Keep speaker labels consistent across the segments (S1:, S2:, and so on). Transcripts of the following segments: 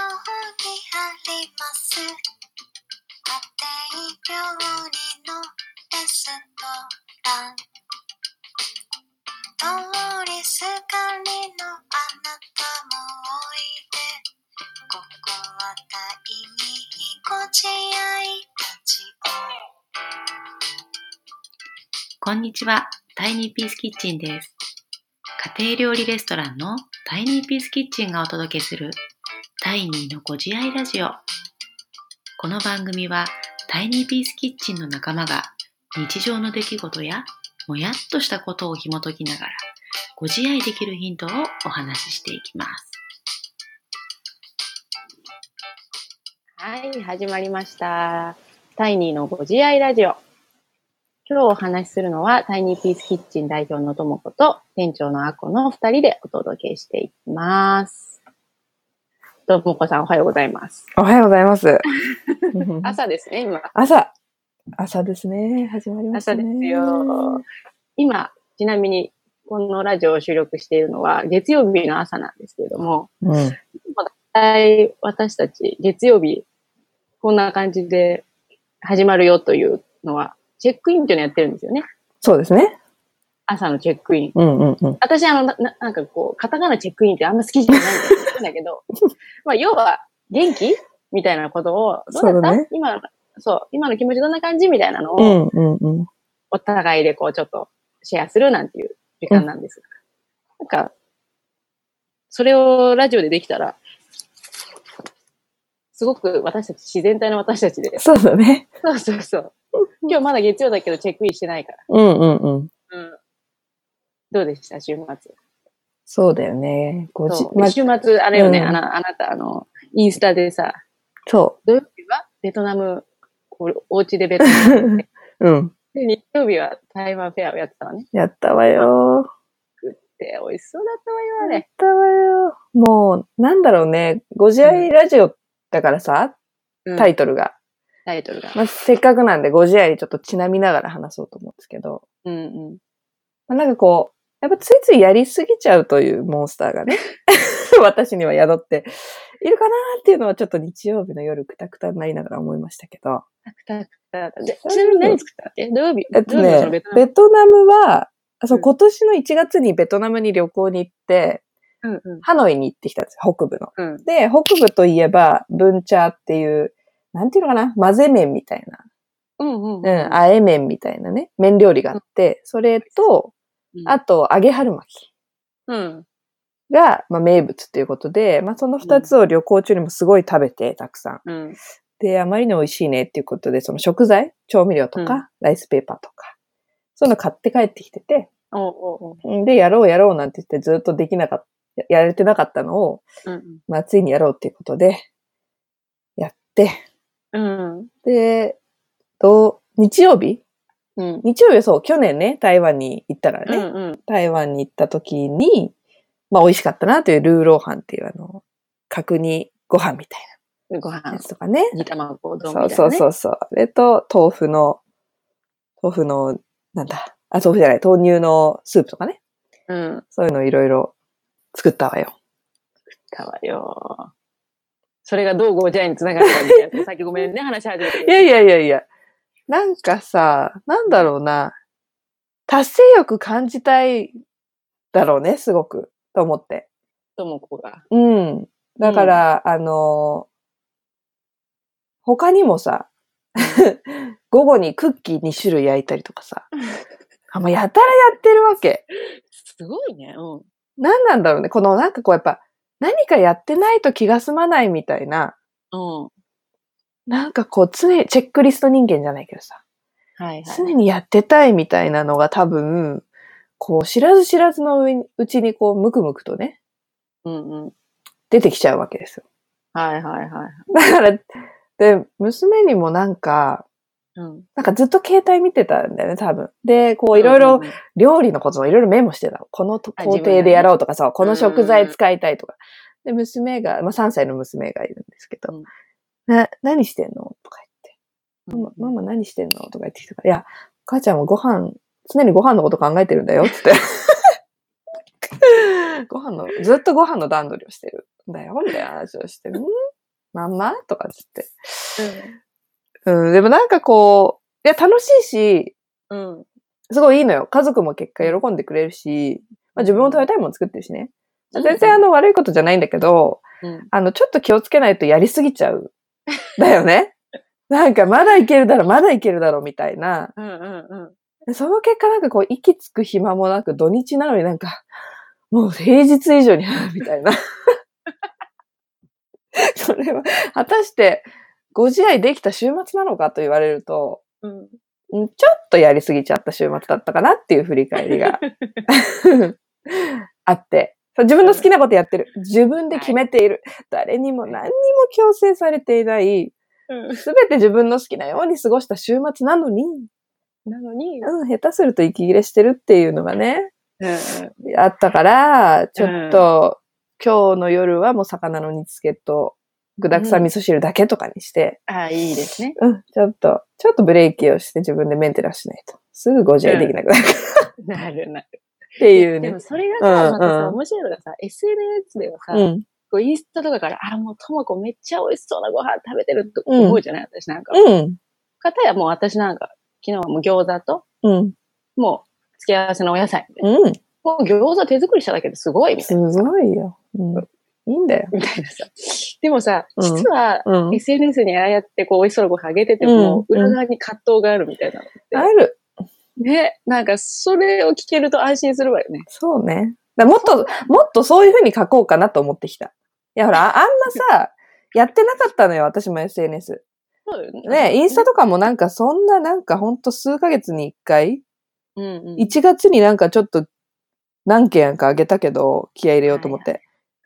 S1: あります家庭料理のレストラン通りすがりのあなたもおいでここは大にごちあいラジオ
S2: こんにちは、タイニーピースキッチンです。家庭料理レストランのタイニーピースキッチンがお届けするタイニーのご自愛ラジオ。この番組はタイニーピースキッチンの仲間が日常の出来事やもやっとしたことを紐解きながらご自愛できるヒントをお話ししていきます。
S3: はい、始まりました。タイニーのご自愛ラジオ。今日お話しするのは、タイニーピースキッチン代表のともこと、店長のあこの二人でお届けしていきます。ともこさん、おはようございます。
S4: おはようございます。
S3: 朝ですね、今。
S4: 朝、朝ですね。始まりました
S3: 朝
S4: ね。
S3: ですよ。今、ちなみに、このラジオを収録しているのは、月曜日の朝なんですけれども、
S4: うん。
S3: 大体私たち月曜日、こんな感じで始まるよというのは、チェックインっていうのやってるんですよね。
S4: そうですね。
S3: 朝のチェックイン。
S4: うんうんうん。
S3: 私、あの、なななんかこう、カタカナチェックインってあんま好きじゃないんだけどだけど、 まあ、要は、元気みたいなことを、どうだ
S4: そ
S3: っ
S4: う
S3: た
S4: だね
S3: 今の、そう、今の気持ちどんな感じみたいなの
S4: う
S3: を、
S4: んうんうん。
S3: お互いでこう、ちょっとシェアするなんていう時間なんです。なんか、それをラジオでできたら、すごく私たち、自然体の私たちで、
S4: そうだね。
S3: そうそうそう。 今日まだ月曜だけどチェックインしてないか
S4: うんうんうん。
S3: ら。うん。どうでした週末。
S4: そうだよね。ごじ
S3: そう
S4: ま、
S3: 週末、あれよね、
S4: うん
S3: あな、あなた、あの、インスタでさ、
S4: そ
S3: 土曜日はベトナム、こうお家でベトナ ムやって
S4: う。うん。
S3: で、日曜日は台湾フェアをやってたのね。
S4: やったわよ。
S3: で、美味しそうだったわよ、あ
S4: やっ
S3: れ。
S4: たわよ。もう、なんだろうね。ご自愛ラジオだからさ、
S3: うん
S4: タイトルが。
S3: タイトルが。
S4: まあ、せっかくなんで、ご自愛にちょっとちなみながら話そうと思うんですけど。
S3: うんうん。
S4: まあ、なんかこう、やっぱついついやりすぎちゃうというモンスターがね、 私には宿っているかなっていうのはちょっと日曜日の夜くたくたになりながら思いましたけど。
S3: タクタクタクタクでちなみに何作ったっけ土曜日。
S4: えっと
S3: 土曜日のその
S4: ね
S3: ベト、ナム
S4: ベトナムは、あそう
S3: うん
S4: 今年の1月にベトナムに旅行に行って、
S3: うんうん
S4: ハノイに行ってきたんですよ、北部の。
S3: うん
S4: で、北部といえば、ブンチャーっていう、なんていうのかな混ぜ麺みたいな。
S3: うんうん。
S4: うん、あえ麺みたいなね、麺料理があって、それと、
S3: うん
S4: あと、揚げ春巻き。
S3: うん。
S4: が、まあ、名物ということで、まあ、その二つを旅行中にもすごい食べて、たくさん。
S3: うん。
S4: で、あまりに美味しいねっていうことで、その食材、調味料とか、
S3: うん
S4: ライスペーパーとか、そういうの買って帰ってきてて、
S3: おうおうおう。
S4: んで、やろうやろうなんて言ってずっとできなかった、やれてなかったのを、
S3: うん
S4: まあ、ついにやろうっていうことで、やって、
S3: うん。うん。
S4: で、と、日曜日
S3: うん。
S4: 日曜日はそう、去年ね、台湾に行ったら
S3: う
S4: ね、
S3: んうん。
S4: 台湾に行った時に、まあ、美味しかったなというルーローハンっていうあの、角煮ご飯みたい
S3: でご
S4: な
S3: 飯
S4: や、つとかね。
S3: 煮卵、丼みた
S4: そ
S3: いうな。
S4: そうそうそう。あれと、豆腐の、豆腐の、なんだ、あ、豆腐じゃない、豆乳のスープとかね。
S3: う。うん。
S4: そういうのいろいろ作ったわよ。
S3: たわよ。それがどうゴージャイにつながるかみたいな。さっきごめんね、話し始めて。
S4: いやいやいやいや。なんかさ、なんだろうな。達成欲感じたいだろうね、すごく。と思って。
S3: ともこが。
S4: うん。だから、あのー他にもさ、 午後にクッキー2種類焼いたりとか さ、あもうやたらやってるわけ。
S3: すごいね。うん。
S4: 何なんだろうね。このなんかこうやっぱ、何かやってないと気が済まないみたいな、
S3: うん。
S4: なんかこう常に、チェックリスト人間じゃないけどさ、
S3: はいは
S4: 常
S3: い。
S4: にやってたいみたいなのが多分、こう知らず知らずの上にうちにこうムクムクとね、
S3: うんうん。
S4: 出てきちゃうわけですよ。
S3: はいはいはい。
S4: だから、で、娘にもなんか、
S3: うん。
S4: なんかずっと携帯見てたんだよね、多分。で、こういろいろ
S3: うんうんうん。
S4: 料理のことをいろいろメモしてたの。このと
S3: あ
S4: 工
S3: 自分
S4: 程
S3: で
S4: で
S3: ね
S4: やろうとかさ、この食
S3: うん
S4: 材
S3: うんうん
S4: 使いたいとか。で、娘が、まあ3歳の娘がいるんですけど、
S3: うん
S4: な、何してんのとか
S3: う
S4: 言
S3: ん
S4: って、ママ、ママ何してんのとか言ってきたから、いや、母ちゃんもご飯、常にご飯のこと考えてるんだよつって。 ご飯の、ずっとご飯の段取りをしてるんだよみたいな話をして、んまんまとかっつって。うん、でもなんかこう、いや、楽しいし、
S3: うん。うん。
S4: すごいいいのよ。家族も結果喜んでくれるし、まあ自分も食べたいもの作ってるしね。全然あの悪いことじゃないんだけど、
S3: うん
S4: あの、ちょっと気をつけないとやりすぎちゃう。だよね。なんかまだいけるだろ、まだいけるだろ、みたいな。
S3: うんうんうん。
S4: その結果なんかこう、息つく暇もなく、土日なのになんか、もう平日以上に、みたいな。 それは、果たして、ご自愛できた週末なのかと言われると、
S3: うん。
S4: うんちょっとやりすぎちゃった週末だったかなっていう振り返り が あって。そう自分の好きなことやってる。自分で決めている。誰にも何にも強制されていない。
S3: うん。
S4: すべて自分の好きなように過ごした週末なのに、
S3: なのに、
S4: うん、下手すると息切れしてるっていうのがね、
S3: うん。
S4: あったから、ちょっと、今日の夜はもう魚の煮付けと、具だくさん味噌汁だけとかにして、
S3: ああ、いいですね。
S4: うん、ちょっと、ちょっとブレーキをして自分でメンテナンスしないと。すぐご自愛できなくなる。っ
S3: なるなる。
S4: てい
S3: で
S4: うね
S3: も。それがさ、
S4: う
S3: ま
S4: ん
S3: たさ、
S4: うん
S3: 面白いのがさ、SNS ではさ、
S4: うん。
S3: こうインスタとかから、あ、もうともこめっちゃ美味しそうなご飯食べてるって思うじゃない、私なんか。
S4: うん。
S3: かたやもう私なんか、昨日はもう餃子と、
S4: うん。
S3: もう付け合わせのお野菜みたいな。
S4: うん。
S3: もう餃子手作りしただけですごいみた
S4: す
S3: いなさ。
S4: ごいよ。うん。いいんだよ。
S3: みたいなさ。でもさ、
S4: うん
S3: 実は、
S4: うん。
S3: SNS にああやってこう美味しそうなご飯あげてても、
S4: うん
S3: 裏側に葛藤があるみたいなのって。
S4: ある。
S3: ね、なんかそれを聞けると安心するわよね。
S4: そうね。だからもっと、もっとそういうふうに書こうかなと思ってきた。いや、ほら、ああんまさ、やってなかったのよ、私も SNS。
S3: そうよね。
S4: ね、インスタとかもなんかそんななんかほんと数ヶ月に一回、
S3: うんうん。
S4: 1月になんかちょっと何件かあげたけど、気合い入れようと思って。
S3: うん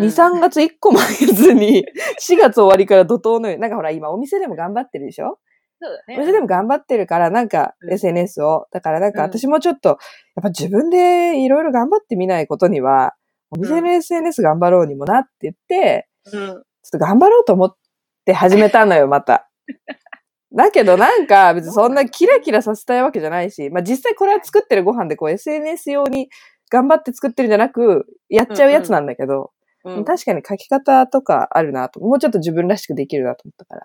S4: 2、3月1個もあげずに、4月終わりから怒涛のように、なんかほら今お店でも頑張ってるでしょ
S3: そうだ
S4: お店で
S3: ね。
S4: も頑張ってるから、なんか
S3: うん
S4: SNS を。だからなんか
S3: うん
S4: 私もちょっと、やっぱ自分でいろいろ頑張ってみないことには、お店の SNS 頑張ろうにもなって言って、
S3: うん。
S4: ちょっと頑張ろうと思って始めたの よ、また。だけどなんか別にそんなキラキラさせたいわけじゃないし、まあ実際これは作ってるご飯でこう SNS 用に頑張って作ってるんじゃなく、やっちゃうやつなんだけど、
S3: うん。
S4: 確かに書き方とかあるなと、もうちょっと自分らしくできるなと思ったか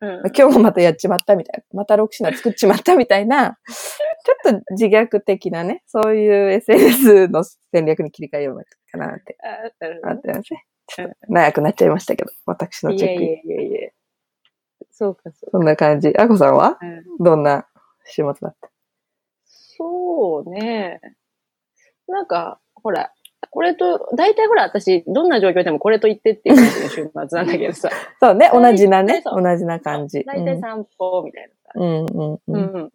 S4: ら。
S3: うん
S4: 今日もまたやっちまったみたいな。また6品作っちまったみたいな、ちょっと自虐的なね、そういう SNS の戦略に切り替えようかなって。
S3: あなるほ
S4: あ
S3: ど
S4: ってますね。ちょっと長くなっちゃいましたけど、私の
S3: い
S4: チ
S3: や
S4: ェッ
S3: い
S4: クイン。
S3: やいやいや。そうか、そうか。
S4: そんな感じ。あこさんは
S3: うん
S4: どんな週末だった
S3: そうね。なんか、ほら、これと、大体ほら、私、どんな状況でもこれと言ってっていう感じの週末なんだけどさ、
S4: そうね、同じな
S3: 大
S4: ね、
S3: 体そう
S4: 同じな 感じ。
S3: 大体散歩みたいなさ。
S4: うん、うん、う。
S3: うんん。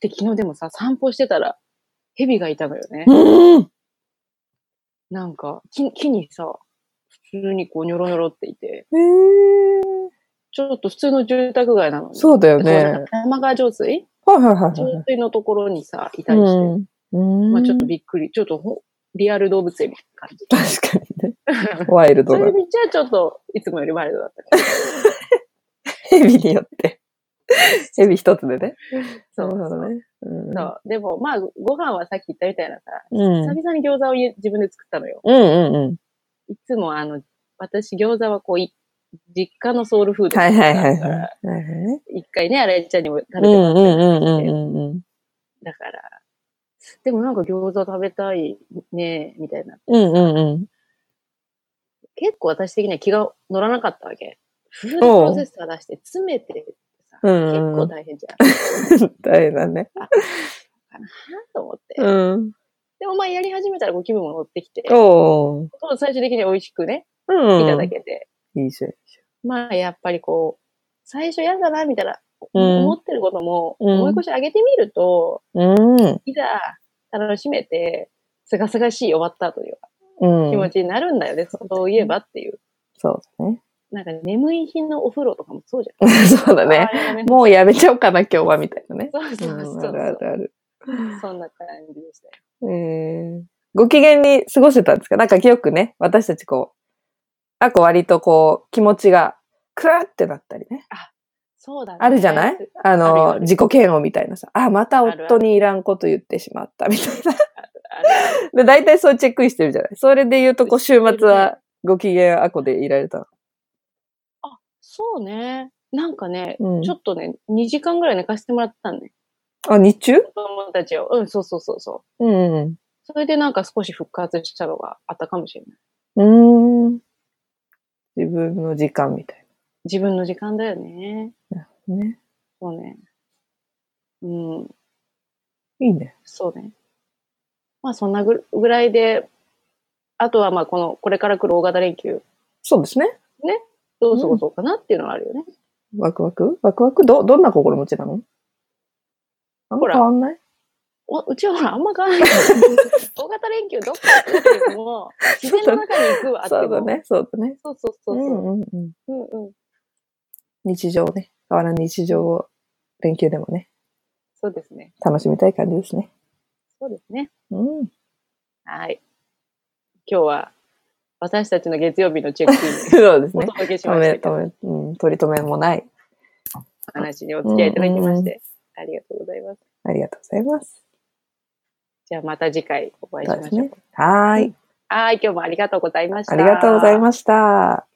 S3: で、昨日でもさ、散歩してたら、蛇がいたのよね。
S4: うん
S3: なんか、木木にさ、普通にこう、ニョロニョロっていて、
S4: へー
S3: ちょっと普通の住宅街なのに。
S4: そうだよね。
S3: そうなんか山川上水
S4: はいはいはい
S3: 上
S4: は
S3: 水のところにさ、いた
S4: い。
S3: りして、
S4: うん。
S3: まあちょっと
S4: うん
S3: びっくり。ちょっとほリアル動物園みたいな感じ。
S4: 確かにね。ワイルド
S3: そうい
S4: な
S3: う。道はちょっと、いつもよりワイルドだったね。
S4: ヘビによって。ヘビ一つでね。
S3: そう
S4: なるほどね。うん
S3: そう。でも、まあ、ご飯はさっき言ったみたいなさ、
S4: うん
S3: 久々に餃子を家自分で作ったのよ。
S4: うんうんうん。
S3: いつもあの、私餃子はこう、い実家のソウルフードだ
S4: は
S3: か
S4: い
S3: ら。
S4: はいはいはい。はいはい
S3: 一回ね、あれちゃんにも食べ
S4: う
S3: て
S4: ん
S3: もらったり
S4: うんう
S3: と
S4: ん
S3: かして
S4: うんうん
S3: だから、でもなんか餃子食べたいね、みたいな。
S4: うんうんうん。
S3: 結構私的には気が乗らなかったわけ。フードプロセッサー出して詰めてさ、
S4: う
S3: 結
S4: んうん
S3: 構大変じゃん。
S4: 大変だね。
S3: と思って。
S4: うん。
S3: でもまあやり始めたらご気分も乗ってきて、
S4: おー。
S3: 最終的に美味しくね、
S4: うん。
S3: いただけて。
S4: いいじゃん。いいじ
S3: まあやっぱりこう、最初嫌だな、みたいな、
S4: うん
S3: 思ってることも、
S4: うん
S3: 思い越し上げてみると、
S4: ゃんうん。
S3: いざ楽しめて、すがすがしい終わったという
S4: うん。
S3: 気持ちになるんだよね、そういえばっていう。
S4: そうだね。
S3: なんか眠い日のお風呂とかもそうじゃ
S4: そうだ
S3: ん。
S4: ね。
S3: あれ
S4: もうやめちゃおうかな、今日は、みたいなね。
S3: そうそううんそう
S4: あ
S3: そ
S4: るある
S3: う。
S4: ある。
S3: そんな感じでしたよ。
S4: えーご機嫌に過ごせたんですかなんかよくね、私たちこう、あこ割とこう、気持ちが、クワってなったりね。
S3: そうだね。
S4: あるじゃな
S3: あ
S4: いあ
S3: るよあ
S4: の、
S3: る
S4: 自己嫌悪みたいなさ。あ、また
S3: ある
S4: 夫にいらんこと言ってしまったみたいな。
S3: ある
S4: で、大体そうチェックインしてるじゃないそれで言うと、こう、週
S3: してるね
S4: 末はご機嫌あこでいられたの。
S3: そうね。なんかね、
S4: うん
S3: ちょっとね、2時間ぐらい寝かせてもらってたんね。
S4: あ、日中
S3: 子供たちを。うん、そうそうそうそう。
S4: うん。
S3: それでなんか少し復活したのがあったかもしれない。
S4: うん。自分の時間みたい
S3: 自分の時間だよね。
S4: な。ね。
S3: そうね。うん、
S4: いいね。
S3: そうね。まあそんなぐぐらいで、あとはまあこの、これから来る大型連休、
S4: そうですね。
S3: どう過ごそうかなっていうのはあるよね。
S4: ワクワクワクワクど、どんな心持ちなのあん
S3: ほ
S4: ま
S3: ら
S4: 変わんない
S3: おうちはほら、あんま変わら ない。大型連休どっか行くっていうのも、自然の中に行くはあっても。
S4: そうだ。ね、そうだね。
S3: そうそうそうう。
S4: んうんうん。
S3: うんうん。
S4: 日常ね。変わらぬ日常を連休でもね、
S3: そうですね。
S4: 楽しみたい感じですね。
S3: そうですね。
S4: うん。
S3: はい。今日は、私たちの月曜日のチェッ クイン
S4: そうです
S3: をお
S4: ね。
S3: 届けし
S4: 止
S3: ま
S4: め、
S3: したけど、
S4: 止め、うん、取り留めもない。
S3: 話にお付き合いいただきまして、ありがとうございます。
S4: ありがとうございます。
S3: じゃあまた次回お会いし
S4: そう
S3: ま
S4: で
S3: し
S4: す
S3: ょう。
S4: ね。はーい。
S3: はい、今日もありがとうございました。
S4: ありがとうございました。